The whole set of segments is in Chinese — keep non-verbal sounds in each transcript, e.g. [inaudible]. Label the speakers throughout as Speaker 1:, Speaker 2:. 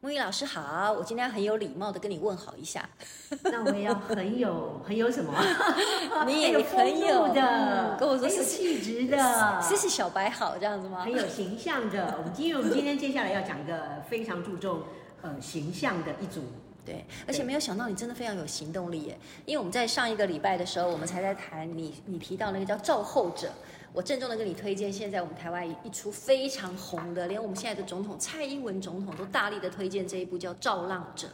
Speaker 1: 木易老师好，我今天很有礼貌的跟你问好一下，
Speaker 2: [laughs] 那我也要很有很有什 [laughs] 么？
Speaker 1: 你
Speaker 2: 很
Speaker 1: 也
Speaker 2: 有
Speaker 1: 很
Speaker 2: 风
Speaker 1: 有
Speaker 2: 度的，
Speaker 1: 跟我说
Speaker 2: 很有
Speaker 1: 是
Speaker 2: 气质的，
Speaker 1: 谢谢小白好这样子吗
Speaker 2: 很？有形象的。我们今天我们今天接下来要讲一个非常注重呃形象的一组，
Speaker 1: 对，而且没有想到你真的非常有行动力耶！因为我们在上一个礼拜的时候，我们才在谈你你提到那个叫照后者，我郑重的跟你推荐，现在我们台湾一出非常红的，连我们现在的总统蔡英文总统都大力的推荐这一部叫《照浪者》。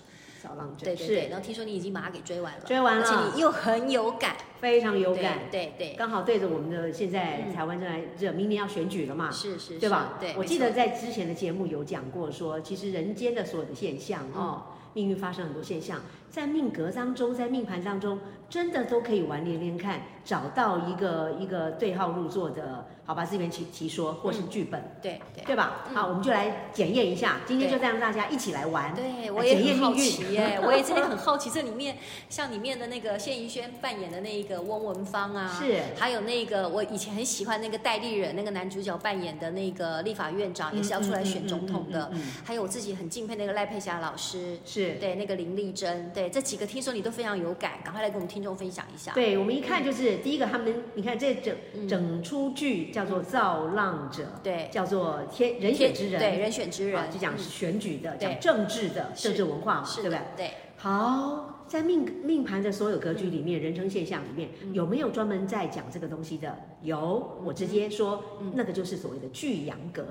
Speaker 2: 小浪者
Speaker 1: 对对对，
Speaker 2: 是
Speaker 1: 然后听说你已经把它给追完了，
Speaker 2: 追完了
Speaker 1: 而且你又很有感，
Speaker 2: 非常有感。
Speaker 1: 对对对，
Speaker 2: 刚好对着我们的现在
Speaker 1: 嗯
Speaker 2: 台湾正在这明年要选举了嘛，
Speaker 1: 是是，
Speaker 2: 对
Speaker 1: 是
Speaker 2: 吧？
Speaker 1: 对，
Speaker 2: 我
Speaker 1: 没
Speaker 2: 记得
Speaker 1: 错
Speaker 2: 在之前的节目有讲过说，其实人间的所有的现象哦，命运发生很多现象，在命格当中，在命盘当中，真的都可以玩连连看，找到一个一个对号入座的，好吧，自圆其其说或是剧本，
Speaker 1: 对对
Speaker 2: 对吧？
Speaker 1: 嗯
Speaker 2: 好，我们就来检验一下，今天就让大家一起来玩。
Speaker 1: 对，我
Speaker 2: 来
Speaker 1: 也
Speaker 2: 哎检验
Speaker 1: 很好
Speaker 2: 命运
Speaker 1: 奇
Speaker 2: [laughs]
Speaker 1: 耶，我也真的很好奇这里面，像里面的那个谢盈萱扮演的那个翁文芳
Speaker 2: [laughs]
Speaker 1: 啊，
Speaker 2: 是
Speaker 1: 还有那个我以前很喜欢那个戴立忍那个男主角扮演的那个立法院长，也是要出来选总统的，
Speaker 2: 嗯嗯嗯嗯嗯嗯
Speaker 1: 还有我自己很敬佩那个赖佩霞老师，
Speaker 2: 是。
Speaker 1: 对，那个林丽珍，对这几个听说你都非常有感，赶快来跟我们听众分享一下。
Speaker 2: 对，我们一看就是第一个，他们你看这整
Speaker 1: 嗯
Speaker 2: 整出剧叫做《造浪者》，
Speaker 1: 对，
Speaker 2: 叫做天人选之人，
Speaker 1: 对人选之
Speaker 2: 啊
Speaker 1: 人，
Speaker 2: 就讲
Speaker 1: 嗯
Speaker 2: 选举的，
Speaker 1: 对
Speaker 2: 讲政治的
Speaker 1: 是
Speaker 2: 政治文化嘛，
Speaker 1: 是
Speaker 2: 对不对
Speaker 1: 的？，对，
Speaker 2: 好，在命命盘的所有格局里
Speaker 1: 嗯
Speaker 2: 面，人生现象里面，有没有专门在讲这个东西的？有，
Speaker 1: 嗯
Speaker 2: 我直接说，那个就是所谓的巨阳格，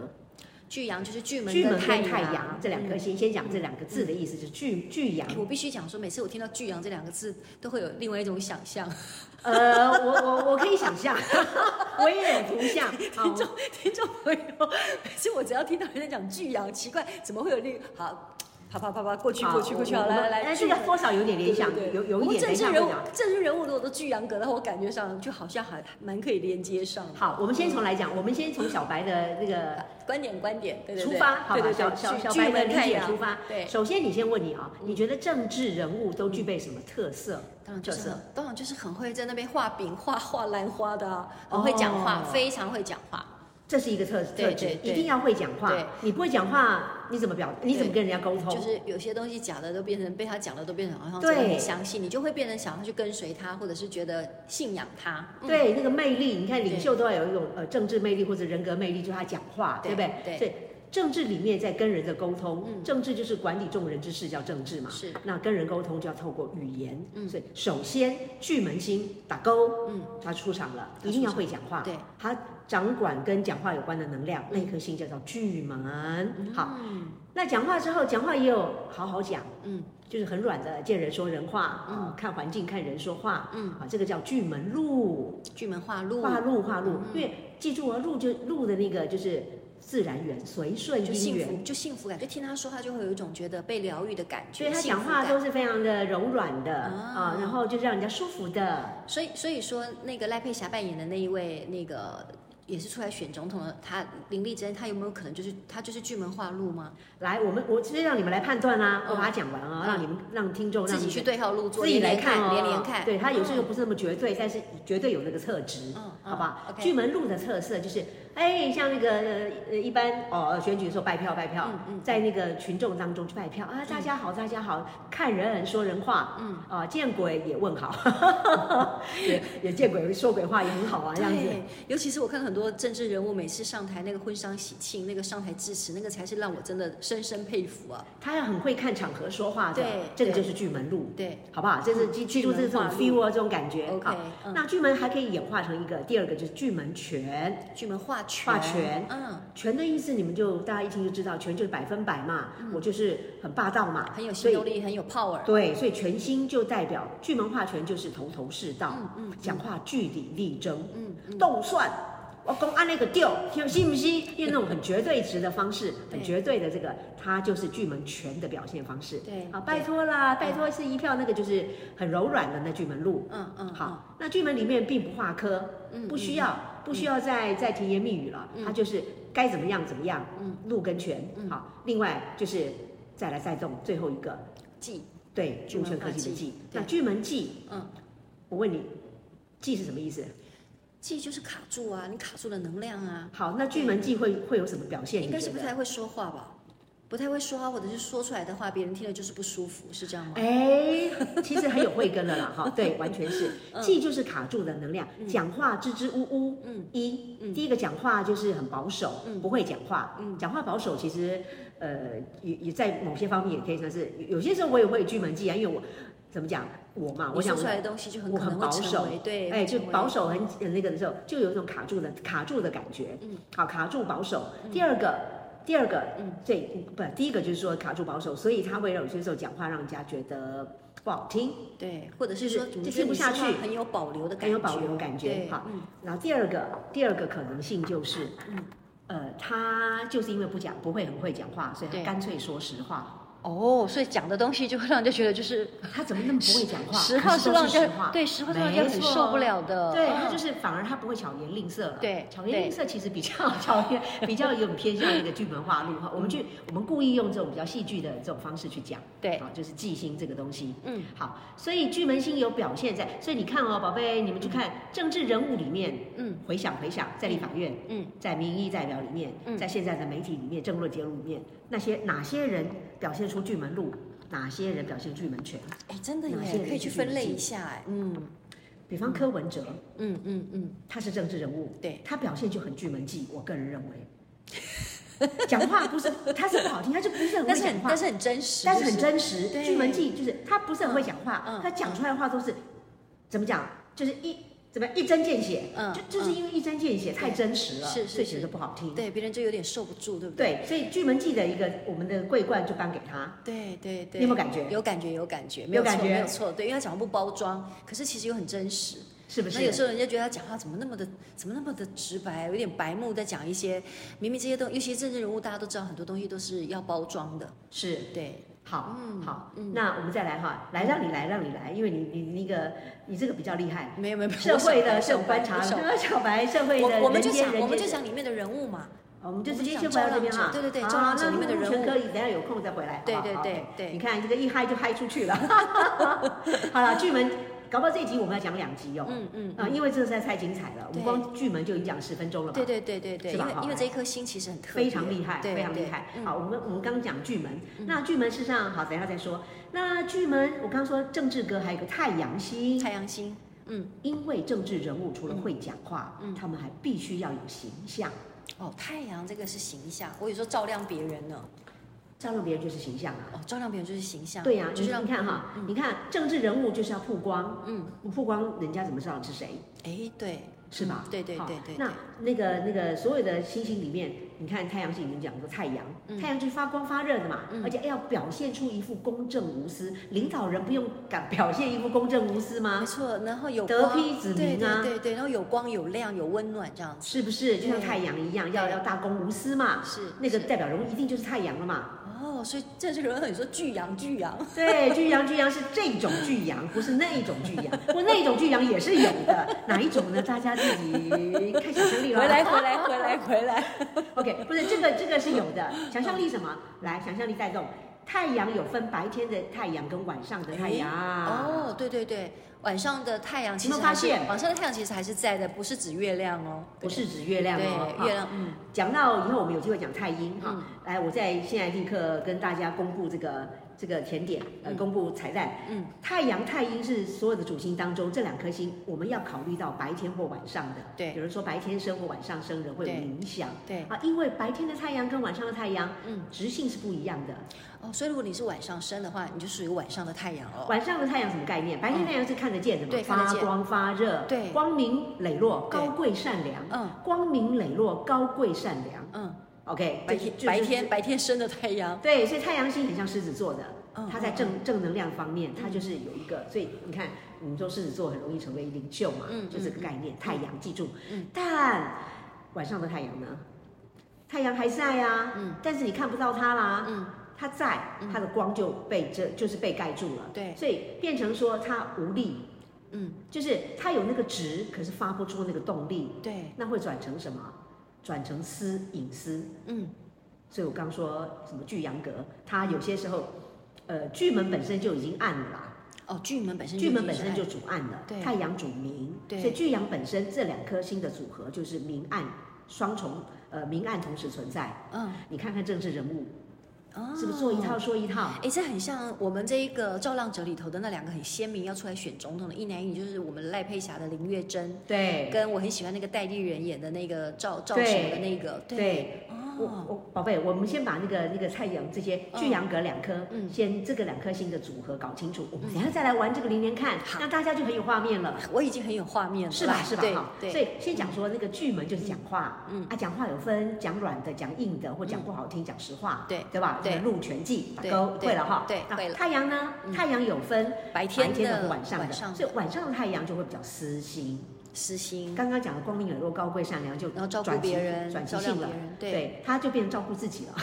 Speaker 1: 巨阳就是巨门
Speaker 2: 巨门
Speaker 1: 太啊嗯
Speaker 2: 跟太阳这两颗星，先讲这两个字的意思是巨巨阳。
Speaker 1: 我必须讲说，每次我听到“巨阳”这两个字，都会有另外一种想象。
Speaker 2: 呃，我我我可以想象， [laughs] 我也有图
Speaker 1: [laughs]
Speaker 2: 像，好，
Speaker 1: 听众听众朋友，每次我只要听到人家讲巨阳，奇怪，怎么会有另好？啪啪啪啪，过去
Speaker 2: 好
Speaker 1: 过去过去，好
Speaker 2: 我
Speaker 1: 来来
Speaker 2: 我
Speaker 1: 来，
Speaker 2: 哎这
Speaker 1: 巨
Speaker 2: 个
Speaker 1: 阳
Speaker 2: 多少有点联想，
Speaker 1: 对对
Speaker 2: 有
Speaker 1: 对
Speaker 2: 有一
Speaker 1: 我
Speaker 2: 点联
Speaker 1: 们政治
Speaker 2: 想会
Speaker 1: 人物
Speaker 2: 讲。，
Speaker 1: 政治人物如果都巨阳格的话，我感觉上就好像还还蛮可以连接上的。
Speaker 2: 好，我们先从来讲，我们先从小白的那个
Speaker 1: 观点观点，对对
Speaker 2: 出
Speaker 1: 对，
Speaker 2: 发，好
Speaker 1: 对
Speaker 2: 吧？
Speaker 1: 对
Speaker 2: 小
Speaker 1: 对
Speaker 2: 小
Speaker 1: 巨
Speaker 2: 小
Speaker 1: 巨
Speaker 2: 白的
Speaker 1: 门
Speaker 2: 理
Speaker 1: 太
Speaker 2: 解
Speaker 1: 阳
Speaker 2: 出发。
Speaker 1: 对，嗯
Speaker 2: 首先你先问你啊，你觉得政治人物都具备什么特色？
Speaker 1: 当然就
Speaker 2: 特
Speaker 1: 是
Speaker 2: 色
Speaker 1: 很当然就是很会在那边画饼、画画兰花的啊，很会讲话，
Speaker 2: 哦
Speaker 1: 非常会讲话。
Speaker 2: 这是一个特
Speaker 1: 对
Speaker 2: 特质
Speaker 1: 对，
Speaker 2: 一
Speaker 1: 对
Speaker 2: 定要会讲话
Speaker 1: 对。
Speaker 2: 你不会讲话，你怎么表？你怎么跟人家沟通？
Speaker 1: 就是有些东西假的都变成被他讲的都变成好像
Speaker 2: 对
Speaker 1: 真的很相信，你就会变成想要去跟随他，或者是觉得信仰他。嗯，
Speaker 2: 对那个魅力，你看领
Speaker 1: 对
Speaker 2: 袖都要有一种呃政治魅力或者人格魅力，就是他讲话，对
Speaker 1: 对
Speaker 2: 不
Speaker 1: 对
Speaker 2: 对？所以政治里面在跟人的沟通，
Speaker 1: 嗯
Speaker 2: 政治就是管理众人之事叫政治嘛。
Speaker 1: 是
Speaker 2: 那跟人沟通就要透过语言，
Speaker 1: 嗯
Speaker 2: 所以首先巨门星打勾，
Speaker 1: 嗯，
Speaker 2: 他出场了，
Speaker 1: 他
Speaker 2: 一定要
Speaker 1: 出场
Speaker 2: 会讲话。
Speaker 1: 对，
Speaker 2: 他掌管跟讲话有关的能量，那一颗星叫做巨门。好，
Speaker 1: 嗯
Speaker 2: 那讲话之后，讲话也有好好讲，
Speaker 1: 嗯
Speaker 2: 就是很软的，见人说人话，
Speaker 1: 嗯
Speaker 2: 呃看环境看人说话，
Speaker 1: 嗯，
Speaker 2: 啊，这个叫巨门路，
Speaker 1: 巨门化禄，
Speaker 2: 化路化路
Speaker 1: 嗯，
Speaker 2: 因为记住啊，路就路的那个就是自然缘，随顺
Speaker 1: 就
Speaker 2: 因
Speaker 1: 幸
Speaker 2: 缘。
Speaker 1: 福，就幸福感，就听他说话就会有一种觉得被疗愈的感觉。
Speaker 2: 所以他
Speaker 1: 幸
Speaker 2: 讲
Speaker 1: 福
Speaker 2: 话
Speaker 1: 感
Speaker 2: 都是非常的柔软的啊
Speaker 1: 啊，
Speaker 2: 然后就让人家舒服的。
Speaker 1: 所以所以说，那个赖佩霞扮演的那一位，那个也是出来选总统的，她林丽珍，她有没有可能就是她就是巨门化禄吗？
Speaker 2: 来，我们我直接让你们来判断啦、
Speaker 1: 嗯
Speaker 2: 我把它讲完啊、
Speaker 1: 嗯
Speaker 2: 让你们让听众
Speaker 1: 自
Speaker 2: 让你
Speaker 1: 己
Speaker 2: 们
Speaker 1: 去对号入座，
Speaker 2: 自己
Speaker 1: 连
Speaker 2: 来
Speaker 1: 连
Speaker 2: 看、哦，
Speaker 1: 连连看。
Speaker 2: 对，它有时候
Speaker 1: 嗯
Speaker 2: 不是那么绝对，但是绝对有那个特质，
Speaker 1: 嗯嗯
Speaker 2: 好不好？
Speaker 1: OK
Speaker 2: 巨门路的特色就是，哎，像那个呃呃一般哦选举的时候拜票拜票，
Speaker 1: 嗯嗯
Speaker 2: 在那个群众当中去拜票啊，大家好大家好，看人说人话，
Speaker 1: 嗯
Speaker 2: 啊见鬼也问好， [laughs] 也也见鬼说鬼话也很好啊，这样子。
Speaker 1: 对，尤其是我看很多政治人物每次上台那个婚丧喜庆，那个上台致辞，那个才是让我真的深深佩服啊！
Speaker 2: 他要很会看场合说话的，
Speaker 1: 对
Speaker 2: 这个就
Speaker 1: 对
Speaker 2: 是巨门路，
Speaker 1: 对，嗯
Speaker 2: 好不好？这是记记住
Speaker 1: 巨
Speaker 2: 这
Speaker 1: 门
Speaker 2: 种
Speaker 1: 化路
Speaker 2: feel 啊这种感觉
Speaker 1: OK，
Speaker 2: 好
Speaker 1: 嗯
Speaker 2: 那巨门还可以演化成一个，第二个就是巨门全。
Speaker 1: 巨门画拳，
Speaker 2: 画拳
Speaker 1: 嗯，
Speaker 2: 全的意思你们就大家一听就知道，全就是百分百嘛，我就是很霸道嘛，
Speaker 1: 嗯很有
Speaker 2: 所
Speaker 1: 行
Speaker 2: 以
Speaker 1: 动力，很有 power，
Speaker 2: 对，所以全星就代表巨门化权就是头头是道，
Speaker 1: 嗯嗯嗯
Speaker 2: 讲话据理力争，
Speaker 1: 嗯嗯，
Speaker 2: 动算我公按那个丢，听信不信？用那种很绝对值的方式，很绝对的这个，它就是巨门全的表现方式。
Speaker 1: 对
Speaker 2: 啊，拜托啦，
Speaker 1: 对
Speaker 2: 拜托是一票那个就是很柔软的那巨门路。
Speaker 1: 嗯嗯，
Speaker 2: 好，那巨门里面并不化科，
Speaker 1: 嗯，嗯，
Speaker 2: 不需要不需要再再甜言蜜语了
Speaker 1: 嗯，
Speaker 2: 它就是该怎么样怎么样
Speaker 1: 嗯，
Speaker 2: 路跟权
Speaker 1: 嗯。
Speaker 2: 好，另外就是再来再动最后一个，
Speaker 1: 嗯记，
Speaker 2: 对，
Speaker 1: 巨
Speaker 2: 无
Speaker 1: 门
Speaker 2: 权科
Speaker 1: 化
Speaker 2: 技
Speaker 1: 忌
Speaker 2: 的忌。
Speaker 1: 对
Speaker 2: 那巨门忌，
Speaker 1: 嗯，
Speaker 2: 我问你，忌是什么意思？
Speaker 1: 记就是卡住啊，你卡住了能量啊，
Speaker 2: 好，那巨门忌会会有什么表现？
Speaker 1: 应该是
Speaker 2: 你
Speaker 1: 不
Speaker 2: 觉得
Speaker 1: 太会说话吧，不太会说话，或者是说出来的话，别人听了就是不舒服，是这样吗？
Speaker 2: 哎，其实很有慧根的啦，
Speaker 1: [laughs]
Speaker 2: 哈，对，完全是
Speaker 1: 嗯，
Speaker 2: 忌就是卡住的能量，
Speaker 1: 嗯
Speaker 2: 讲话支支吾吾。
Speaker 1: 嗯
Speaker 2: 一，
Speaker 1: 嗯
Speaker 2: 第一个讲话就是很保守，
Speaker 1: 嗯
Speaker 2: 不会讲话，
Speaker 1: 嗯
Speaker 2: 讲话保守，其实呃也也在某些方面也可以算是，有有些时候我也会巨门忌啊，因为我怎么讲我嘛，我
Speaker 1: 你
Speaker 2: 想
Speaker 1: 说出来的东西就很
Speaker 2: 我
Speaker 1: 可
Speaker 2: 很
Speaker 1: 能会
Speaker 2: 保
Speaker 1: 成
Speaker 2: 守
Speaker 1: 为对，
Speaker 2: 哎，
Speaker 1: 会
Speaker 2: 就
Speaker 1: 成为
Speaker 2: 保守很很那个的时候，就有一种卡住的卡住的感觉。
Speaker 1: 嗯，
Speaker 2: 好，卡住保守。第二个，第二个，
Speaker 1: 嗯
Speaker 2: 嗯，对，不，第一个就是说卡住保守，所以他会有些时候讲话让人家觉得不好听。
Speaker 1: 对，或者是
Speaker 2: 就是
Speaker 1: 说怎么
Speaker 2: 就
Speaker 1: 觉得
Speaker 2: 听不
Speaker 1: 你
Speaker 2: 下
Speaker 1: 说话
Speaker 2: 去
Speaker 1: 很有保留的感觉，
Speaker 2: 很有保留感觉
Speaker 1: 对
Speaker 2: 好
Speaker 1: 嗯
Speaker 2: 然后第二个，第二个可能性就是，
Speaker 1: 嗯
Speaker 2: 嗯，呃，他就是因为不讲，不会很会讲话，所以
Speaker 1: 对
Speaker 2: 他干脆说实话。
Speaker 1: 哦，所以讲的东西就会让人家觉得就是
Speaker 2: 他怎么那么不会讲
Speaker 1: [laughs]
Speaker 2: 话？
Speaker 1: 实
Speaker 2: 可
Speaker 1: 话
Speaker 2: 是都
Speaker 1: 让
Speaker 2: 是
Speaker 1: 人
Speaker 2: 实
Speaker 1: 家
Speaker 2: 话，
Speaker 1: 对实话是让人家很
Speaker 2: 没错
Speaker 1: 受不了的，
Speaker 2: 对
Speaker 1: 嗯
Speaker 2: 他就是反而他不会巧言令色了。
Speaker 1: 对
Speaker 2: 巧言令色其实比较 [laughs] 巧言比较有偏向那个剧本化路哈。我们去我们故意用这种比较戏剧的这种方式去讲，
Speaker 1: 对，
Speaker 2: 啊，就是记心这个东西。
Speaker 1: 嗯
Speaker 2: 好，所以巨门星有表现在，所以你看哦，宝贝，你们去看政治人物里面，
Speaker 1: 嗯
Speaker 2: 回想回想，在立法院，
Speaker 1: 嗯，
Speaker 2: 在民意代表里面
Speaker 1: 嗯，
Speaker 2: 在现在的媒体里面、政论节目里面，那些哪些人表现出巨门路，哪些人表现巨门权？
Speaker 1: 哎，真的耶
Speaker 2: 哪些，人
Speaker 1: 可以去
Speaker 2: 是
Speaker 1: 分
Speaker 2: 有
Speaker 1: 类
Speaker 2: 记
Speaker 1: 一下，哎，
Speaker 2: 嗯，比方柯文哲，
Speaker 1: 嗯嗯嗯，
Speaker 2: 他是政治人物，
Speaker 1: 对
Speaker 2: 他表现就很巨门记，我个人认为，讲话不是他是不好听，他就不是很
Speaker 1: [laughs] 但
Speaker 2: 会
Speaker 1: 是
Speaker 2: 讲
Speaker 1: 很
Speaker 2: 话，
Speaker 1: 但是很真实，
Speaker 2: 但是
Speaker 1: 就
Speaker 2: 很真实。
Speaker 1: 对
Speaker 2: 巨门记就是他不是很会讲话，
Speaker 1: 嗯嗯
Speaker 2: 他讲出来的话都是怎么讲，就是一怎么样一针见血，
Speaker 1: 嗯
Speaker 2: 就就是因为一针见血太真实了，
Speaker 1: 是是
Speaker 2: 所以
Speaker 1: 是
Speaker 2: 显得不好听。
Speaker 1: 对别人就有点受不住，对不对？
Speaker 2: 对，所以巨门记的一个我们的桂冠就颁给他，
Speaker 1: 对对对，
Speaker 2: 你有没有感觉
Speaker 1: 有感觉，有感觉，没
Speaker 2: 有
Speaker 1: 错
Speaker 2: 感觉
Speaker 1: 没有错，对，因为他讲话不包装，可是其实又很真实。
Speaker 2: 是不
Speaker 1: 那有时
Speaker 2: 是？
Speaker 1: 候人家觉得他讲话怎么那么的，怎么那么的直白，有点白目，在讲一些明明这些东，尤其是政治人物，大家都知道很多东西都是要包装的，
Speaker 2: 是，
Speaker 1: 对，
Speaker 2: 好，
Speaker 1: 嗯
Speaker 2: 好，
Speaker 1: 嗯
Speaker 2: 那我们再来哈，来让你来，让你来，因为你你你那个你这个比较厉害，
Speaker 1: 没有没有没有
Speaker 2: 社会的这
Speaker 1: 小
Speaker 2: 种观察，
Speaker 1: 小
Speaker 2: 小白社会的
Speaker 1: 我我们就
Speaker 2: 人间
Speaker 1: 讲我
Speaker 2: 人
Speaker 1: 们就
Speaker 2: 间事，
Speaker 1: 讲里面的人物嘛，
Speaker 2: 我们就
Speaker 1: 我们
Speaker 2: 直
Speaker 1: 就
Speaker 2: 接
Speaker 1: 讲
Speaker 2: 先回到
Speaker 1: 周
Speaker 2: 这边
Speaker 1: 郎
Speaker 2: 哈，
Speaker 1: 者对对对
Speaker 2: 好
Speaker 1: 周郎者
Speaker 2: 那
Speaker 1: 里面的人
Speaker 2: 陆
Speaker 1: 物
Speaker 2: 泉可以等一下有空再回来，
Speaker 1: 对
Speaker 2: 好不好
Speaker 1: 对对
Speaker 2: 好
Speaker 1: 对
Speaker 2: 你看这个一嗨就嗨出去了， [laughs] 好了，巨门，搞不好这一集我们要讲两集哦，
Speaker 1: 嗯嗯，
Speaker 2: 啊，因为这实在太精彩了，我
Speaker 1: 对
Speaker 2: 们光巨门就已经讲十分钟了吧
Speaker 1: 对。对对对对，
Speaker 2: 是
Speaker 1: 因
Speaker 2: 吧
Speaker 1: 为
Speaker 2: 好
Speaker 1: 因为
Speaker 2: 来
Speaker 1: 这一颗心其实很特别，
Speaker 2: 非常厉害，
Speaker 1: 对
Speaker 2: 非常厉
Speaker 1: 对
Speaker 2: 害。
Speaker 1: 嗯
Speaker 2: 好，我们我们刚讲巨门，那巨门事实上好，等一下再说。那巨门，我刚刚说政治哥还有个太阳星，
Speaker 1: 太嗯阳星，嗯，
Speaker 2: 因为政治人物除了会讲话，他们还必须要有形象，
Speaker 1: 哦，太阳这个是形象，我有时候照亮别人呢，
Speaker 2: 照亮别人就是形象啊。
Speaker 1: 哦，照亮别人就是形象，
Speaker 2: 对呀、
Speaker 1: 就
Speaker 2: 你
Speaker 1: 是让
Speaker 2: 你看哈，你看政治人物就是要曝光，
Speaker 1: 嗯，
Speaker 2: 不曝光人家怎么知道你是谁，
Speaker 1: 哎，对，
Speaker 2: 是吧？
Speaker 1: 对对
Speaker 2: 好
Speaker 1: 对对对
Speaker 2: 那那个那个所有的星星里面，你看太阳系已经讲过太阳，
Speaker 1: 嗯
Speaker 2: 太阳就是发光发热的嘛，而且要表现出一副公正无私，领导人不用敢表现一副公正无私
Speaker 1: 没
Speaker 2: 吗？
Speaker 1: 错，然后有
Speaker 2: 得
Speaker 1: 光
Speaker 2: 披子
Speaker 1: 对
Speaker 2: 民啊
Speaker 1: 对对对，然后有光有亮有温暖这样子，
Speaker 2: 是不是就像
Speaker 1: 对
Speaker 2: 太阳一样，要
Speaker 1: 对
Speaker 2: 要大公无私嘛？
Speaker 1: 是
Speaker 2: 那个
Speaker 1: 是
Speaker 2: 代表人物一定就是太阳了嘛？
Speaker 1: 哦，所以这是人很说巨阳巨阳，
Speaker 2: 对，巨阳巨阳是这种巨阳，不是那种巨阳，不过那种巨阳也是有的，哪一种呢？大家自己看想象力了。
Speaker 1: 回来回来回来回来，
Speaker 2: [laughs] OK，不是这个这个是有的，想象力什么？来，想象力带动。太阳有分白天的太阳跟晚上的太阳。
Speaker 1: 哦，对对对，晚上的太阳其实
Speaker 2: 有没有啊
Speaker 1: 还
Speaker 2: 发
Speaker 1: 是
Speaker 2: 现
Speaker 1: 晚上的太阳其实还是在的，不是指月亮哦，
Speaker 2: 不是指月亮
Speaker 1: 对
Speaker 2: 哦，哈
Speaker 1: 月。亮，嗯，
Speaker 2: 讲到以后我们有机会讲太阴哈、
Speaker 1: 嗯
Speaker 2: 来，我在现在立刻跟大家公布这个这个甜点，呃，
Speaker 1: 嗯
Speaker 2: 公布彩蛋。
Speaker 1: 嗯，
Speaker 2: 太阳、太阴是所有的主星当中这两颗星，我们要考虑到白天或晚上的。
Speaker 1: 对
Speaker 2: 有人说白天生或晚上生人会有
Speaker 1: 对
Speaker 2: 影响
Speaker 1: 对，
Speaker 2: 啊，因为白天的太阳跟晚上的太阳，
Speaker 1: 嗯，
Speaker 2: 直性是不一样的。
Speaker 1: 哦，所以如果你是晚上生的话，你就属于晚上的太阳了。
Speaker 2: 晚上的太阳什么概念？白天太阳是看得见的嘛，
Speaker 1: 哦对看得
Speaker 2: 发
Speaker 1: 见
Speaker 2: 光发热，
Speaker 1: 对
Speaker 2: 光明磊落，
Speaker 1: 对
Speaker 2: 高贵善良，
Speaker 1: 嗯
Speaker 2: 光明磊落，高贵善良。
Speaker 1: 嗯，
Speaker 2: OK，
Speaker 1: 白
Speaker 2: 就
Speaker 1: 天白，
Speaker 2: 是就
Speaker 1: 天
Speaker 2: 是
Speaker 1: 白天生的太阳，
Speaker 2: 对，所以太阳星很像狮子座的
Speaker 1: 嗯，
Speaker 2: 它在
Speaker 1: 嗯
Speaker 2: 正正能量方面，它就是有一个，所以你看，我们说狮子座很容易成为领袖嘛
Speaker 1: 嗯，
Speaker 2: 就这个概念，太阳记住
Speaker 1: 嗯，
Speaker 2: 但。晚上的太阳呢？太阳还在啊，
Speaker 1: 嗯
Speaker 2: 但是你看不到它啦，
Speaker 1: 嗯，
Speaker 2: 它在
Speaker 1: 嗯，
Speaker 2: 它的光就被这就是被盖住了，
Speaker 1: 对
Speaker 2: 所以变成说它无力，
Speaker 1: 嗯，
Speaker 2: 就是它有那个值，可是发不出那个动力，
Speaker 1: 对，
Speaker 2: 那会转成什么？转成思隐私。
Speaker 1: 嗯，
Speaker 2: 所以我刚说什么巨阳阁，它有些时候，呃，巨门本身就已经暗了啦，
Speaker 1: 哦，巨门本身
Speaker 2: 巨门本
Speaker 1: 是
Speaker 2: 身
Speaker 1: 暗
Speaker 2: 就主暗了
Speaker 1: 对，
Speaker 2: 太阳主明，
Speaker 1: 对
Speaker 2: 所以巨阳本身这两颗星的组合就是明暗双重，呃，明暗同时存在。
Speaker 1: 嗯，
Speaker 2: 你看看政治人物
Speaker 1: 哦
Speaker 2: 是不是做一套？说一套？
Speaker 1: 哎，这很像我们这一个《造浪者》里头的那两个很鲜明要出来选总统的一男一女，就是我们赖佩霞的林月珍，
Speaker 2: 对
Speaker 1: 跟我很喜欢那个戴立人演的那个赵赵
Speaker 2: 对
Speaker 1: 什么的那个，，
Speaker 2: 对，我
Speaker 1: 哦，
Speaker 2: 我宝贝，我们先把那个那个太阳这些
Speaker 1: 嗯
Speaker 2: 巨阳阁两颗，
Speaker 1: 嗯
Speaker 2: 先这个两颗星的组合搞清楚，我们等一下再来玩这个零连看，那大家就很有画面了。
Speaker 1: 我已经很有画面了啦，
Speaker 2: 是吧？是吧？
Speaker 1: 对
Speaker 2: 哈，所
Speaker 1: 对，
Speaker 2: 以先讲说那个巨门就是讲话，
Speaker 1: 嗯
Speaker 2: 嗯啊，讲话有分讲软的、讲硬的，或讲不嗯好听、讲实话，
Speaker 1: 对
Speaker 2: 对吧？
Speaker 1: 对
Speaker 2: 鹿泉记打
Speaker 1: 对
Speaker 2: 勾
Speaker 1: 对
Speaker 2: 会了哈，
Speaker 1: 对
Speaker 2: 那
Speaker 1: 会了
Speaker 2: 太阳呢？太阳有分
Speaker 1: 白
Speaker 2: 白
Speaker 1: 天
Speaker 2: 天的和
Speaker 1: 的
Speaker 2: 晚上的，
Speaker 1: 上
Speaker 2: 所以晚上的太阳就会比较私心。
Speaker 1: 私心，
Speaker 2: 刚刚讲的光明磊落、高贵善良，就
Speaker 1: 然后照顾
Speaker 2: 转
Speaker 1: 别
Speaker 2: 型
Speaker 1: 人，
Speaker 2: 转
Speaker 1: 照亮
Speaker 2: 型性
Speaker 1: 别
Speaker 2: 了，
Speaker 1: 人，，
Speaker 2: 对，他就变成照顾自己了。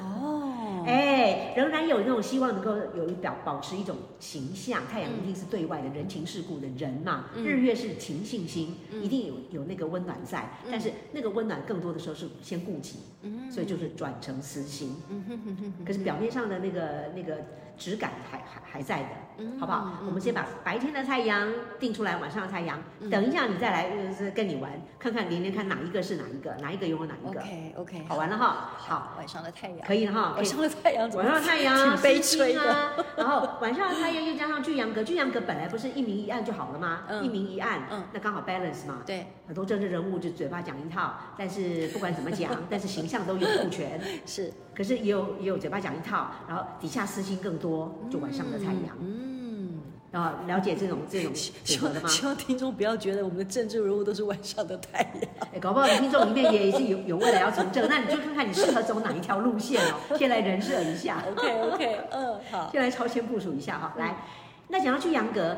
Speaker 1: 哦，
Speaker 2: 哎，仍然有那种希望能够有一表保持一种形象。太阳一定是对外的人情世故的人嘛，
Speaker 1: 嗯
Speaker 2: 日月是情性星，
Speaker 1: 嗯
Speaker 2: 一定有有那个温暖在。
Speaker 1: 嗯
Speaker 2: 但是那个温暖更多的时候是先顾及，
Speaker 1: 嗯
Speaker 2: 所以就是转成私心。
Speaker 1: 嗯哼哼哼哼
Speaker 2: 可是表面上的那个那个质感还还还在的。
Speaker 1: 嗯
Speaker 2: 好不好？我们先把白天的太阳定出来，晚上的太阳，
Speaker 1: 嗯
Speaker 2: 等一下你再来呃跟你玩，看看连连看哪一个是哪一个，哪一个拥有哪一个，
Speaker 1: OK OK，
Speaker 2: 好玩了哈。好，，
Speaker 1: 嗯晚上的太阳，
Speaker 2: 可以了哈，可
Speaker 1: [laughs] 晚
Speaker 2: 以
Speaker 1: 上的太阳怎
Speaker 2: 晚
Speaker 1: 么
Speaker 2: 上的太阳啊，
Speaker 1: 挺悲
Speaker 2: 星星
Speaker 1: 催的
Speaker 2: 啊， [laughs] 然后晚上的太阳又加上巨阳阁，巨阳阁本来不是一明一暗就好了吗？
Speaker 1: 嗯
Speaker 2: 一明一暗，
Speaker 1: 嗯
Speaker 2: 那刚好 balance 嘛。
Speaker 1: [laughs] 对，
Speaker 2: 很多政治人物就嘴巴讲一套，但是不管怎么
Speaker 1: [laughs]
Speaker 2: 讲，但是形象都有顾全。
Speaker 1: 是
Speaker 2: 可是也有也有嘴巴讲一套，然后底下私心更多，就晚上的太阳。
Speaker 1: 嗯，
Speaker 2: 然后了解
Speaker 1: [laughs]
Speaker 2: 这种这种
Speaker 1: 希
Speaker 2: 组合的
Speaker 1: 望
Speaker 2: 吗？
Speaker 1: 希望听众不要觉得我们的政治人物都是晚上的太阳，
Speaker 2: 哎，搞不好你听众里面也是有有未来要从政，那你就看看你适合走哪一条路线
Speaker 1: [laughs]
Speaker 2: 哦。先来人设一下。
Speaker 1: OK OK，嗯， [laughs] 好，
Speaker 2: 先来超前部署一下哈，来，那讲到巨阳阁，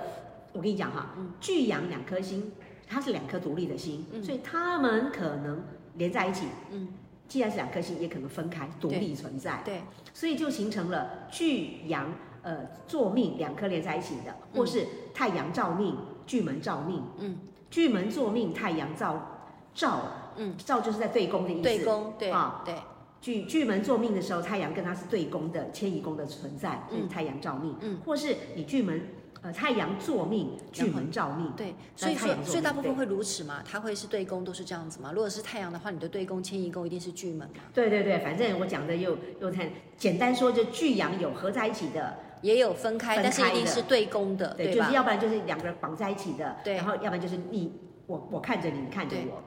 Speaker 2: 我跟你讲哈
Speaker 1: 嗯，
Speaker 2: 巨阳两颗星，它是两颗独立的星，
Speaker 1: 嗯
Speaker 2: 所以它们可能连在一起，
Speaker 1: 嗯，
Speaker 2: 既然是两颗星，也可能分开独立存在，
Speaker 1: 对，
Speaker 2: 所以就形成了巨阳呃坐命两颗连在一起的，或是太阳照命，巨门照命，
Speaker 1: 嗯
Speaker 2: 巨门坐命，太阳照照
Speaker 1: 嗯，
Speaker 2: 照就是在对宫的意思，
Speaker 1: 对宫，对
Speaker 2: 啊
Speaker 1: 对，
Speaker 2: 巨巨门坐命的时候，太阳跟它是对宫的迁移宫的存在，
Speaker 1: 嗯
Speaker 2: 所以太阳照命。
Speaker 1: 嗯
Speaker 2: 或是你巨门呃太阳坐命，巨门照命。
Speaker 1: 对，
Speaker 2: 那
Speaker 1: 所以
Speaker 2: 太
Speaker 1: 说
Speaker 2: 阳，座
Speaker 1: 所以大
Speaker 2: 命
Speaker 1: 部分
Speaker 2: 对
Speaker 1: 会如此嘛，它会是对宫都是这样子嘛。如果是太阳的话，你的对宫迁移宫一定是巨门嘛，
Speaker 2: 对对对，反正我讲的又又太简单说，就巨阳有合在一起的，
Speaker 1: 也有分开，
Speaker 2: 分
Speaker 1: 但是一
Speaker 2: 开
Speaker 1: 定
Speaker 2: 的
Speaker 1: 是对宫的，
Speaker 2: 对，
Speaker 1: 对
Speaker 2: 就是
Speaker 1: 吧？
Speaker 2: 要不然就是两个人绑在一起的，
Speaker 1: 对
Speaker 2: 然后要不然就是你我我看着你，你看着
Speaker 1: 对
Speaker 2: 我，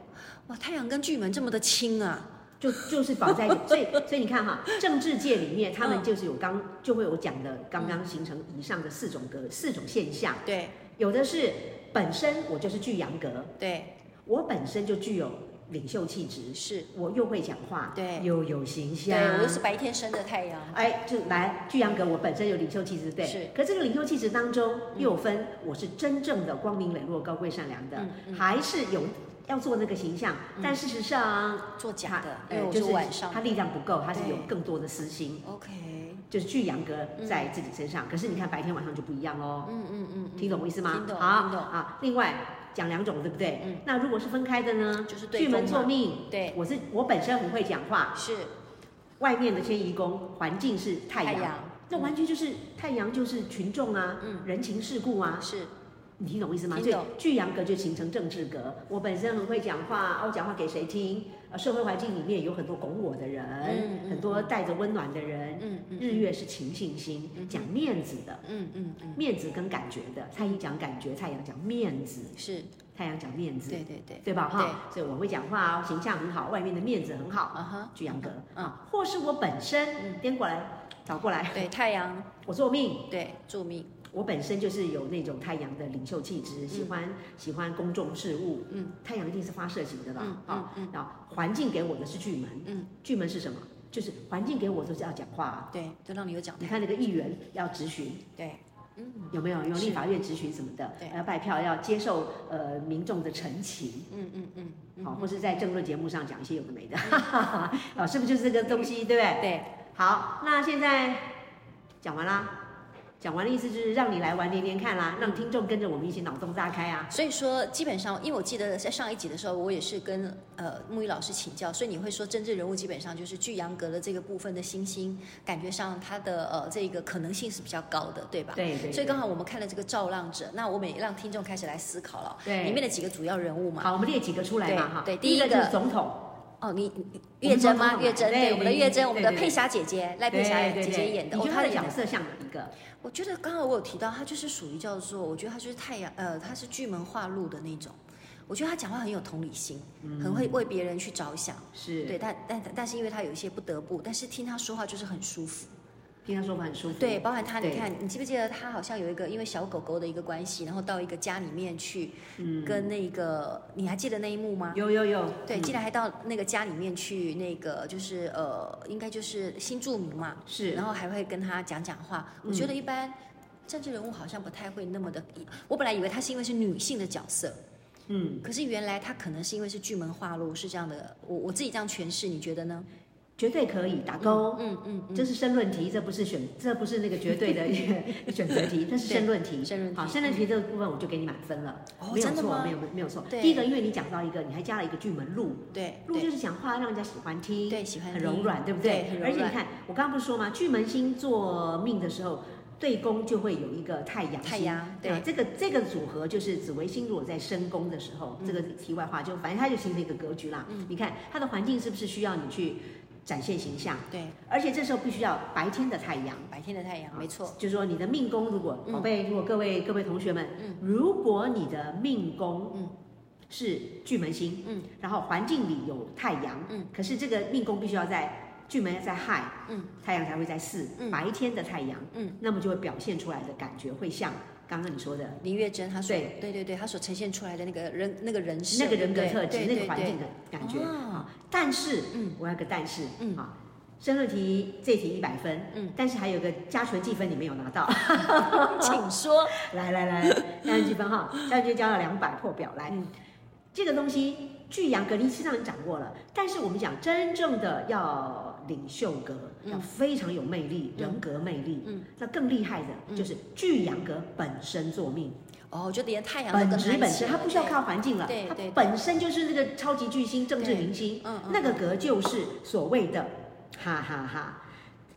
Speaker 1: 哇，太阳跟巨门这么的亲啊，
Speaker 2: 就就是
Speaker 1: [laughs]
Speaker 2: 绑在一起。所以所以你看哈，政治界里面他
Speaker 1: 嗯
Speaker 2: 们就是有刚就会有讲的，刚刚形成以上的四种格四种现象，
Speaker 1: 对
Speaker 2: 有的是本身我就是巨阳格，
Speaker 1: 对
Speaker 2: 我本身就具有领袖气质，
Speaker 1: 是，
Speaker 2: 我又会讲话，
Speaker 1: 对
Speaker 2: 又有形象
Speaker 1: 对，，我又是白天生的太阳，
Speaker 2: 哎，就来巨阳阁，我本身有领袖气质，对，
Speaker 1: 是。
Speaker 2: 可这个领袖气质当中又有分，我是真正的光明磊落、高贵善良的，
Speaker 1: 嗯嗯
Speaker 2: 还是有要做那个形象，但事实上。
Speaker 1: 做假的，因
Speaker 2: 呃
Speaker 1: 为我
Speaker 2: 就是是
Speaker 1: 晚上
Speaker 2: 他力量不够，他是有
Speaker 1: 对嗯
Speaker 2: 更多的私心，
Speaker 1: OK，
Speaker 2: 就是巨阳阁在自己身上。可是你看白天晚上就不一样哦。
Speaker 1: 嗯嗯嗯嗯，
Speaker 2: 听懂我意思吗？
Speaker 1: 听懂
Speaker 2: 好
Speaker 1: 听懂
Speaker 2: 啊，另外讲两种，对不对？
Speaker 1: 嗯
Speaker 2: 那如果是分开的呢？
Speaker 1: 就是对
Speaker 2: 巨门
Speaker 1: 宫嘛
Speaker 2: 坐命，
Speaker 1: 对
Speaker 2: 我是我本身很会讲话，
Speaker 1: 是
Speaker 2: 外面的迁移宫环境是太阳，那完全就是太阳就是群众啊，
Speaker 1: 嗯
Speaker 2: 人情世故啊，
Speaker 1: 是
Speaker 2: 你听懂我意思吗？
Speaker 1: 听
Speaker 2: 所以
Speaker 1: 懂
Speaker 2: 巨阳格就形成政治格，我本身很会讲话，啊我讲话给谁听？呃，社会环境里面有很多拱我的人，
Speaker 1: 嗯嗯
Speaker 2: 很多带着温暖的人。
Speaker 1: 嗯嗯
Speaker 2: 日月是情性星，
Speaker 1: 嗯
Speaker 2: 讲面子的，
Speaker 1: 嗯嗯嗯
Speaker 2: 面子跟感觉的，蔡依讲感觉，蔡阳讲面子，
Speaker 1: 是，
Speaker 2: 太阳讲面子，
Speaker 1: 对对对，
Speaker 2: 吧？哈，所以我会讲话哦，形象很好，外面的面子很好，
Speaker 1: 啊哈，
Speaker 2: 巨阳格
Speaker 1: 嗯
Speaker 2: 啊，或是我本身嗯颠过来倒过来，
Speaker 1: 对太阳
Speaker 2: 我做命，
Speaker 1: 对助命，
Speaker 2: 我本身就是有那种太阳的领袖气质，喜欢喜欢公众事务，
Speaker 1: 嗯，
Speaker 2: 太阳一定是发射型的吧
Speaker 1: 嗯？嗯
Speaker 2: 啊，
Speaker 1: 嗯
Speaker 2: 然后环境给我的是巨门，
Speaker 1: 嗯，
Speaker 2: 巨门是什么？就是环境给我都是要讲话啊，
Speaker 1: 对，就让你有讲
Speaker 2: 你
Speaker 1: 太
Speaker 2: 看那个议员要质询，
Speaker 1: 对嗯
Speaker 2: 有没有用
Speaker 1: 是
Speaker 2: 立法院质询什么的
Speaker 1: 对，
Speaker 2: 要拜票，要接受呃民众的陈情。哦
Speaker 1: 嗯嗯嗯嗯，
Speaker 2: 好，或是在政论节目上讲一些有的没的， [laughs] 啊，是不是就是这个东西，对不对？
Speaker 1: 对，
Speaker 2: 好，那现在讲完啦，讲完的意思就是让你来玩连连看啦，让听众跟着我们一起脑洞大开啊。
Speaker 1: 所以说，基本上，因为我记得在上一集的时候，我也是跟呃木鱼老师请教，所以你会说，政治人物基本上就是巨阳阁的这个部分的星星，感觉上它的呃这个可能性是比较高的，对吧？
Speaker 2: 对对
Speaker 1: 所以刚好我们看了这个《造浪者》，那我们也让听众开始来思考了，
Speaker 2: 对
Speaker 1: 里面的几个主要人物嘛。
Speaker 2: 好，我们列几个出来嘛哈。
Speaker 1: 对对
Speaker 2: 第一个
Speaker 1: 第一
Speaker 2: 就
Speaker 1: 个
Speaker 2: 是总统，
Speaker 1: 哦，你你
Speaker 2: 我们
Speaker 1: 月珍
Speaker 2: 说
Speaker 1: 吗
Speaker 2: 她？嘛
Speaker 1: 月珍，
Speaker 2: 对
Speaker 1: 对，我们的
Speaker 2: 对
Speaker 1: 月珍，
Speaker 2: 对
Speaker 1: 我们的
Speaker 2: 对对
Speaker 1: 佩霞姐姐，赖佩霞
Speaker 2: 对对
Speaker 1: 姐姐
Speaker 2: 对
Speaker 1: 演的，
Speaker 2: 你
Speaker 1: 哦，
Speaker 2: 觉得
Speaker 1: 她
Speaker 2: 他的
Speaker 1: 演
Speaker 2: 角色像哪一个？
Speaker 1: 我觉得刚刚我有提到，他就是属于叫做，我觉得他就是太阳，呃，他是巨门化禄的那种。我觉得他讲话很有同理心，很会为别人去着想。
Speaker 2: 嗯是
Speaker 1: 对，但但但是因为他有一些不得不，但是听他说话就是很舒服。
Speaker 2: 听他说话很舒服。
Speaker 1: 对，包含他，你
Speaker 2: 嗯对
Speaker 1: 看，你记不记得他好像有一个因为小狗狗的一个关系，然后到一个家里面去，跟那个你还记得那一幕吗？
Speaker 2: 有有嗯有，
Speaker 1: 对，
Speaker 2: 嗯
Speaker 1: 竟然还到那个家里面去，那个就是呃，应该就是新住民嘛，
Speaker 2: 是
Speaker 1: 然后还会跟他讲讲话。我觉
Speaker 2: 嗯
Speaker 1: 得一般政治人物好像不太会那么的，我本来以为她是因为是女性的角色，
Speaker 2: 嗯，
Speaker 1: 可是原来她可能是因为是巨门化禄是这样的，我我自己这样诠释，你觉得呢？
Speaker 2: 绝对可以打勾。
Speaker 1: 嗯嗯嗯，
Speaker 2: 这是申论题，这不
Speaker 1: [laughs]
Speaker 2: 是选，这不是那个绝对的 [laughs] 选择题，这是申论题。
Speaker 1: 申论题
Speaker 2: 好，申论题这个部分我就给你满分了，
Speaker 1: 哦
Speaker 2: 没有
Speaker 1: 真的
Speaker 2: 错
Speaker 1: 吗，
Speaker 2: 没有没有错。
Speaker 1: 对
Speaker 2: 第一个，因为你讲到一个，你还加了一个巨门路，
Speaker 1: 对
Speaker 2: 路就
Speaker 1: 对
Speaker 2: 是讲话让人家喜欢听，
Speaker 1: 对喜欢
Speaker 2: 很
Speaker 1: 听
Speaker 2: 柔软，对不
Speaker 1: 对很柔
Speaker 2: 而且你
Speaker 1: 软
Speaker 2: 看，我刚刚不是说吗？巨门星座命的时候，对宫就会有一个太阳星
Speaker 1: 太阳对
Speaker 2: 啊这个这个组合就是紫微星，如果在申宫的时
Speaker 1: 嗯
Speaker 2: 候，这个题外话就反正它就形成一个格局啦。你看它的环境是不是需要你去展现形象？
Speaker 1: 对，
Speaker 2: 而且这时候必须要白天的太阳，
Speaker 1: 白天的太阳，没错，
Speaker 2: 就是说你的命宫，如果
Speaker 1: 嗯
Speaker 2: 宝贝，如果各位各位同学们
Speaker 1: 嗯，
Speaker 2: 如果你的命宫
Speaker 1: 嗯
Speaker 2: 是巨门星，
Speaker 1: 嗯，
Speaker 2: 然后环境里有太阳，
Speaker 1: 嗯，
Speaker 2: 可是这个命宫必须要在巨门在亥，
Speaker 1: 嗯，
Speaker 2: 太阳才会在巳，
Speaker 1: 嗯
Speaker 2: 白天的太阳，
Speaker 1: 嗯，
Speaker 2: 那么就会表现出来的感觉会像刚刚你说的
Speaker 1: 林月珍她所
Speaker 2: 对
Speaker 1: 对对对，她所呈现出来的那个人那个人设
Speaker 2: 那个人格
Speaker 1: 对
Speaker 2: 特质、
Speaker 1: 对
Speaker 2: 那
Speaker 1: 对
Speaker 2: 个环
Speaker 1: 对
Speaker 2: 境的感觉。
Speaker 1: 哦
Speaker 2: 但是，
Speaker 1: 嗯
Speaker 2: 嗯，我要个但是，
Speaker 1: 嗯
Speaker 2: 啊，申论题这题一百分，
Speaker 1: 嗯
Speaker 2: 嗯，但是还有个加权计分你没有拿到，
Speaker 1: 请说，
Speaker 2: 来来来，加权计分哈，加权就交了两百破表来，
Speaker 1: 嗯
Speaker 2: 这个东西巨阳格力是让你掌握了，但是我们讲真正的要领袖格，
Speaker 1: 嗯
Speaker 2: 要非常有魅力，人格魅力，
Speaker 1: 嗯
Speaker 2: 那更厉害的就是巨阳格本身做命，
Speaker 1: 哦，就连太阳都
Speaker 2: 本
Speaker 1: 跟她
Speaker 2: 质
Speaker 1: 一
Speaker 2: 本
Speaker 1: 起
Speaker 2: 身，它
Speaker 1: 了
Speaker 2: 不需要
Speaker 1: 对
Speaker 2: 靠环境了
Speaker 1: 对，
Speaker 2: 它
Speaker 1: 对对
Speaker 2: 本身就是那个超级巨星、政
Speaker 1: 对
Speaker 2: 治明星
Speaker 1: 嗯嗯，
Speaker 2: 那个格就是所谓的哈哈哈。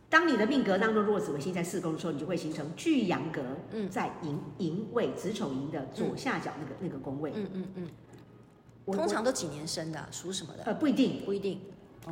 Speaker 2: 当你的命格当中，如果紫微星在四宫的时候，你就会形成巨阳格，
Speaker 1: 嗯
Speaker 2: 在寅寅位子丑寅的左下角那个、那个宫位。
Speaker 1: 嗯嗯嗯，
Speaker 2: 我
Speaker 1: 通
Speaker 2: 我
Speaker 1: 常都几年生的啊、属什么的？
Speaker 2: 呃不一定，
Speaker 1: 不一定，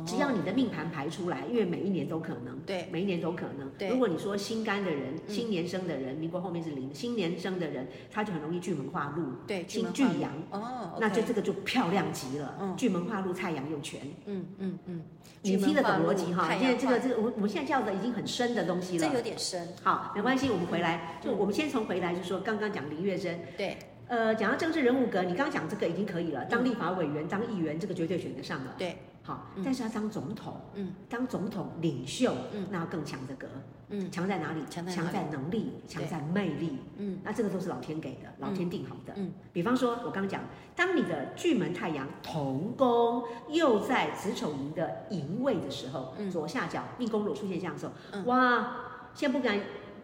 Speaker 2: 只要
Speaker 1: 哦
Speaker 2: 你的命盘排出来，因为每一年都可能，
Speaker 1: 对
Speaker 2: 每一年都可能。
Speaker 1: 对
Speaker 2: 如果你说心肝的人，
Speaker 1: 嗯
Speaker 2: 新年生的人，民国后面是零，新年生的人，他就很容易巨门化禄，
Speaker 1: 对巨
Speaker 2: 金
Speaker 1: 门
Speaker 2: 巨
Speaker 1: 化禄
Speaker 2: 阳，
Speaker 1: 哦，OK，
Speaker 2: 那就这个就漂亮极了，
Speaker 1: 嗯
Speaker 2: 巨门化禄太阳又全，
Speaker 1: 嗯嗯嗯，
Speaker 2: 你听得懂逻辑哈？
Speaker 1: 太
Speaker 2: 因为
Speaker 1: 阳
Speaker 2: 这个这个，我我们现在叫的已经很深的东西
Speaker 1: 这
Speaker 2: 了。
Speaker 1: 有点深，
Speaker 2: 好，没关系，我们回来，就我们先从回来，就说刚刚讲林月珍，
Speaker 1: 对
Speaker 2: 呃，讲到政治人物格，你刚刚讲这个已经可以了，当立法委员、当议员，这个绝对选得上了。
Speaker 1: 对，
Speaker 2: 好
Speaker 1: 嗯，
Speaker 2: 但是要当总统，
Speaker 1: 嗯
Speaker 2: 当总统领袖，
Speaker 1: 嗯
Speaker 2: 那要更强的格，
Speaker 1: 嗯
Speaker 2: 强在哪里？
Speaker 1: 强在哪里
Speaker 2: 能力，强在魅力，
Speaker 1: 嗯
Speaker 2: 那这个都是老天给的，老天定好的。
Speaker 1: 嗯
Speaker 2: 比方说，我刚讲，当你的巨门太阳同宫又在子丑寅的寅位的时候，
Speaker 1: 嗯
Speaker 2: 左下角命宫如果出现这样的时候，
Speaker 1: 嗯
Speaker 2: 哇，先不敢。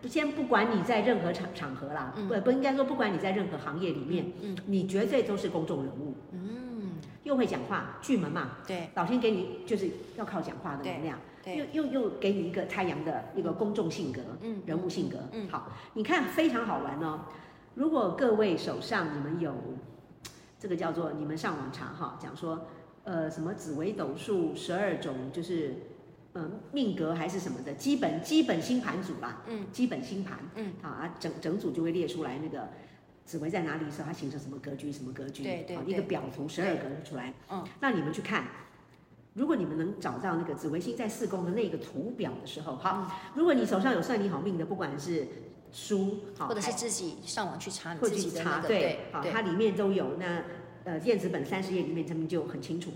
Speaker 2: 先不管你在任何场场合啦，
Speaker 1: 嗯
Speaker 2: 不不应该说不管你在任何行业里面，
Speaker 1: 嗯
Speaker 2: 你绝对都是公众人物，
Speaker 1: 嗯，
Speaker 2: 又会讲话，巨门嘛，
Speaker 1: 对
Speaker 2: 老天给你就是要靠讲话的能量，又
Speaker 1: 对，
Speaker 2: 又又给你一个太阳的一个公众性格，
Speaker 1: 嗯
Speaker 2: 人物性格，
Speaker 1: 嗯嗯
Speaker 2: 好，你看非常好玩哦。如果各位手上你们有这个叫做你们上网查哈，讲说呃什么紫微斗数十二种就是呃命格还是什么的基本基本星盘组啦，
Speaker 1: 嗯
Speaker 2: 基本星盘，
Speaker 1: 嗯，
Speaker 2: 好啊整整组就会列出来那个紫微在哪里的时候，它形成什么格局什么格局，
Speaker 1: 对对
Speaker 2: 好
Speaker 1: 对
Speaker 2: 一个表图十二格出来，
Speaker 1: 嗯
Speaker 2: 那你们去看，如果你们能找到那个紫微星在四宫的那个图表的时候，
Speaker 1: 嗯
Speaker 2: 好，如果你手上有算你好命的，不管是书，好，
Speaker 1: 或者是
Speaker 2: 还
Speaker 1: 自己上网去查你
Speaker 2: 或
Speaker 1: 自
Speaker 2: 者
Speaker 1: 己
Speaker 2: 去
Speaker 1: 的
Speaker 2: 查，
Speaker 1: 那个，对
Speaker 2: 好，
Speaker 1: 对，
Speaker 2: 它里面都有。那呃，电子本三十页里面，他们就很清楚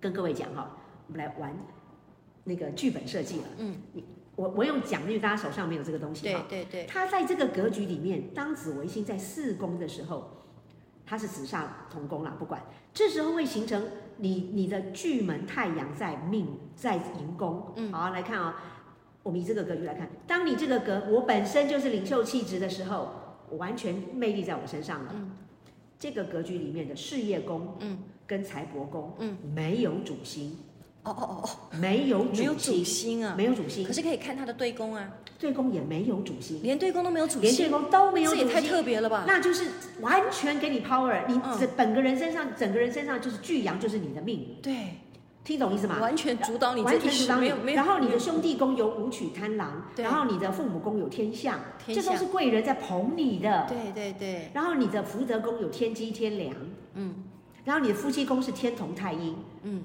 Speaker 2: 跟各位讲哈，我们来玩那个剧本设计了。
Speaker 1: 嗯，
Speaker 2: 你我我用讲，因为大家手上没有这个东西
Speaker 1: 对
Speaker 2: 哈。
Speaker 1: 对对，
Speaker 2: 他在这个格局里面，当紫微星在四宫的时候，他是紫煞同宫啦，不管，这时候会形成你你的巨门太阳在命在寅宫。
Speaker 1: 嗯
Speaker 2: 好来看啊、我们以这个格局来看，当你这个格我本身就是领袖气质的时候，我完全魅力在我身上了。
Speaker 1: 嗯
Speaker 2: 这个格局里面的事业宫
Speaker 1: 嗯，
Speaker 2: 跟财帛宫，
Speaker 1: 嗯，
Speaker 2: 没有主星，
Speaker 1: 哦哦哦哦，
Speaker 2: 没有
Speaker 1: 没有
Speaker 2: 主
Speaker 1: 主
Speaker 2: 星，
Speaker 1: 星啊，
Speaker 2: 没有主星
Speaker 1: 可，是可以看他的对宫啊，
Speaker 2: 对宫也没有主星，
Speaker 1: 连对宫都没有主
Speaker 2: 连
Speaker 1: 星，
Speaker 2: 对宫都没有
Speaker 1: 这
Speaker 2: 主
Speaker 1: 也
Speaker 2: 星，
Speaker 1: 太特别了吧？
Speaker 2: 那就是完全给你 power，你
Speaker 1: 嗯
Speaker 2: 整本个人身上，整个人身上就是巨阳，就是你的命，
Speaker 1: 对，
Speaker 2: 听懂意思吗？
Speaker 1: 完全主导你这
Speaker 2: 完
Speaker 1: 一
Speaker 2: 全主
Speaker 1: 世，
Speaker 2: 导
Speaker 1: 没
Speaker 2: 你
Speaker 1: 有没，有。
Speaker 2: 然后你的兄弟宫有武曲贪狼，
Speaker 1: 对
Speaker 2: 然后你的父母宫有天象，
Speaker 1: 天
Speaker 2: 这都
Speaker 1: 象
Speaker 2: 是贵人在捧你的。
Speaker 1: 对对对，
Speaker 2: 然后你的福德宫有天机天梁，
Speaker 1: 嗯
Speaker 2: 然后你的夫妻宫是天同太阴，
Speaker 1: 嗯，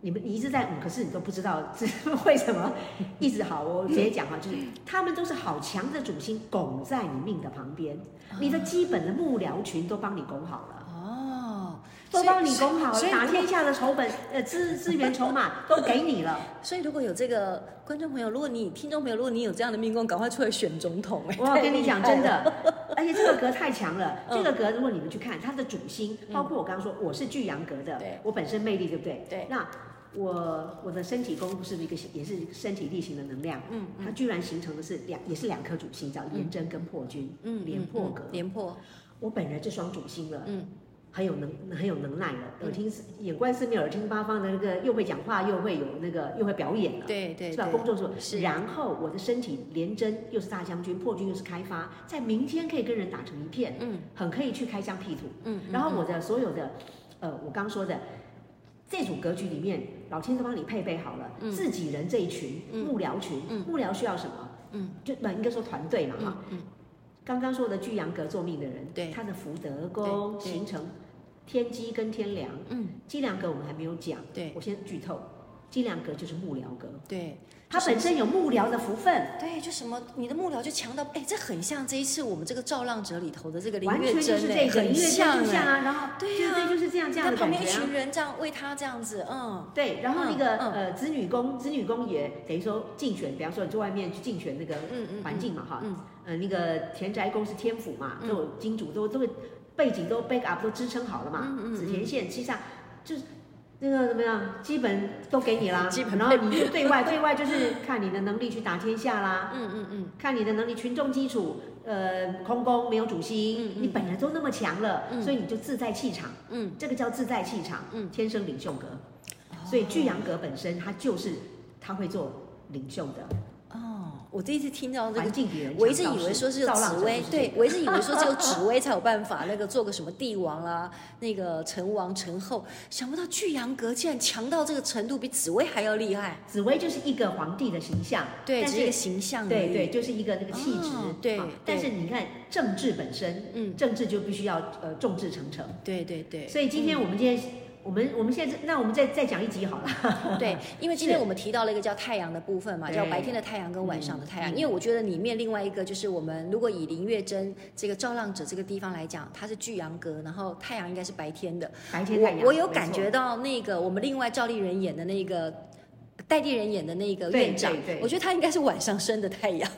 Speaker 2: 你们你一直在嗯，可是你都不知道是为
Speaker 1: [laughs]
Speaker 2: 什么一直好。我直接讲哈，就是他们都是好强的主星拱在你命的旁边，
Speaker 1: 啊
Speaker 2: 你的基本的幕僚群都帮你拱好了。
Speaker 1: 哦，
Speaker 2: 都帮你
Speaker 1: 所以
Speaker 2: 拱好
Speaker 1: 所
Speaker 2: 了，
Speaker 1: 以
Speaker 2: 打天下的筹本、呃资资源筹码都给你了。
Speaker 1: 所以如果有这个观众朋友，如果你听众朋友，如果你有这样的命宫，赶快出来选总统、哎，
Speaker 2: [laughs] 我跟你讲，
Speaker 1: 太
Speaker 2: 真
Speaker 1: 厉害了，
Speaker 2: 的，而且这个格太强了。
Speaker 1: 嗯
Speaker 2: 这个格，如果你们去看它的主星，包括我刚刚说我是巨阳格的
Speaker 1: 对，
Speaker 2: 我本身魅力对不对？
Speaker 1: 对
Speaker 2: 那我我的身体宫是不是一个也是身体力行的能量？
Speaker 1: 嗯
Speaker 2: 它
Speaker 1: 嗯
Speaker 2: 居然形成的是两也是两颗主星，叫廉贞跟破军。
Speaker 1: 嗯，
Speaker 2: 廉颇格
Speaker 1: 嗯廉颇，
Speaker 2: 我本人这双主星了，
Speaker 1: 嗯，
Speaker 2: 很有能很有能耐了，
Speaker 1: 嗯
Speaker 2: 耳听四眼观四面，耳听八方的那个又会讲话，又会有那个又会表演了。
Speaker 1: 对对
Speaker 2: 是吧？
Speaker 1: 对，
Speaker 2: 工作做，
Speaker 1: 是
Speaker 2: 然后我的身体连针又是大将军，破军又是开发，在明天可以跟人打成一片，
Speaker 1: 嗯
Speaker 2: 很可以去开疆辟土。
Speaker 1: 嗯，
Speaker 2: 然后
Speaker 1: 嗯
Speaker 2: 我的所有的，呃，我刚说的这组格局里面，老天都帮你配备好了，
Speaker 1: 嗯
Speaker 2: 自己人这一群
Speaker 1: 嗯
Speaker 2: 幕僚群，
Speaker 1: 嗯
Speaker 2: 幕僚需要什么？
Speaker 1: 嗯，
Speaker 2: 就不应该说团队嘛哈。
Speaker 1: 嗯嗯
Speaker 2: 刚刚说的巨阳格做命的人，
Speaker 1: 对
Speaker 2: 他的福德宫
Speaker 1: 对对
Speaker 2: 形成天机跟天梁，
Speaker 1: 嗯，
Speaker 2: 机梁格我们还没有讲，
Speaker 1: 对
Speaker 2: 我先剧透，机梁格就是幕僚格。
Speaker 1: 对
Speaker 2: 他本身有幕僚的福分，
Speaker 1: 对，就什么你的幕僚就强到，哎，这很像这一次我们这个《造浪者》里头的这个林
Speaker 2: 完
Speaker 1: 月
Speaker 2: 全
Speaker 1: 珍、
Speaker 2: 就
Speaker 1: 哎，
Speaker 2: 是这个，
Speaker 1: 很
Speaker 2: 因为这样
Speaker 1: 像、
Speaker 2: 就像
Speaker 1: 哎，
Speaker 2: 啊，然后
Speaker 1: 对
Speaker 2: 对
Speaker 1: 啊
Speaker 2: 对，就是这样这样
Speaker 1: 他
Speaker 2: 的
Speaker 1: 旁
Speaker 2: 感
Speaker 1: 边一
Speaker 2: 觉啊
Speaker 1: 群。人这样为他这样子，嗯，
Speaker 2: 对，然后那个、
Speaker 1: 嗯嗯
Speaker 2: 呃子女宫，子女宫也等于说竞选，比方说你在外面去竞选那个
Speaker 1: 嗯嗯嗯
Speaker 2: 环境嘛哈，
Speaker 1: 嗯
Speaker 2: 呃那个田宅宫是天府嘛，
Speaker 1: 嗯
Speaker 2: 都有金主都都会背景都 back up 都支撑好了嘛，
Speaker 1: 嗯嗯嗯
Speaker 2: 紫田线七煞就是。那个怎么样？基本都给你啦，
Speaker 1: 基本
Speaker 2: 然后你就对外，对外就是看你的能力去打天下啦，
Speaker 1: 嗯嗯嗯，
Speaker 2: 看你的能力，群众基础，呃，空宫没有主
Speaker 1: 嗯
Speaker 2: 心，
Speaker 1: 嗯
Speaker 2: 你本来都那么强了，
Speaker 1: 嗯
Speaker 2: 所以你就自在气场，
Speaker 1: 嗯，
Speaker 2: 这个叫自在气场，
Speaker 1: 嗯哦
Speaker 2: 天生领袖格，所以巨阳格本身它就是他会做领袖的，
Speaker 1: 哦，我第一次听到这个
Speaker 2: 环境比人强
Speaker 1: 我一直以为说是有
Speaker 2: 造浪
Speaker 1: 紫
Speaker 2: 者
Speaker 1: 薇，
Speaker 2: 就是这
Speaker 1: 对
Speaker 2: 个
Speaker 1: 我一直以为说只有紫薇才有办法那个做个什么帝王啦、那个成王成后，想不到巨阳阁竟然强到这个程度，比紫薇还要厉害。
Speaker 2: 紫薇就是一个皇帝的形象，
Speaker 1: 对，
Speaker 2: 但
Speaker 1: 只是一个
Speaker 2: 是
Speaker 1: 形象而已。
Speaker 2: 对对，就是一个那个气质
Speaker 1: 哦，对
Speaker 2: 啊
Speaker 1: 对
Speaker 2: 但是你看政治本身，
Speaker 1: 嗯，
Speaker 2: 政治就必须要呃众志成城，
Speaker 1: 对对对
Speaker 2: 所以今天我们今天我们我们现在那我们再再讲一集好了，
Speaker 1: 对， [laughs] 因为今天
Speaker 2: 是
Speaker 1: 我们提到了一个叫太阳的部分嘛，
Speaker 2: 对
Speaker 1: 叫白天的太阳跟晚上的太阳。
Speaker 2: 嗯嗯
Speaker 1: 因为我觉得里面另外一个就是我们如果以林月珍这个照浪者这个地方来讲，它是巨阳阁，然后太阳应该是白天的。
Speaker 2: 白天太阳
Speaker 1: 我我有
Speaker 2: 没
Speaker 1: 感
Speaker 2: 错
Speaker 1: 觉到那个我们另外赵丽人演的那个戴丽人演的那个
Speaker 2: 对
Speaker 1: 院长
Speaker 2: 对，对
Speaker 1: 我觉得他应该是晚上升的太阳。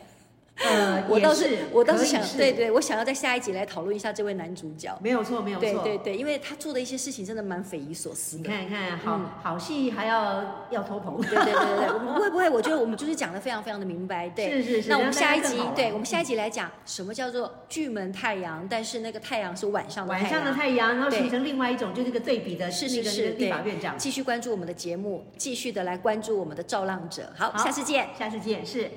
Speaker 2: 呃，
Speaker 1: 我
Speaker 2: 也
Speaker 1: 倒
Speaker 2: 是，
Speaker 1: 我倒
Speaker 2: 可
Speaker 1: 是
Speaker 2: 以
Speaker 1: 想，对，对，我想要在下一集来讨论一下这位男主角。
Speaker 2: 没有错，没有错。
Speaker 1: 对对对，因为他做的一些事情真的蛮匪夷所思
Speaker 2: 你
Speaker 1: 的。
Speaker 2: 看一看，好、
Speaker 1: 嗯
Speaker 2: 好戏还要要拖棚，
Speaker 1: 对对对对对，我们会不会？我觉得我们就是讲的非常非常的明白。对，
Speaker 2: 是是是。
Speaker 1: 那我们
Speaker 2: 让大家
Speaker 1: 下一
Speaker 2: 更
Speaker 1: 集
Speaker 2: 好玩，
Speaker 1: 对我们下一集来讲什么叫做巨门太阳，但是那个太阳是晚上的太
Speaker 2: 晚
Speaker 1: 阳。
Speaker 2: 上的太阳，然后
Speaker 1: 对
Speaker 2: 形成另外一种，就这个对比的，
Speaker 1: 是
Speaker 2: 那
Speaker 1: 是
Speaker 2: 个
Speaker 1: 是
Speaker 2: 那个立法院长。
Speaker 1: 继续关注我们的节目，继续的来关注我们的照浪者。好，
Speaker 2: 好
Speaker 1: 下次见。
Speaker 2: 下次见，是。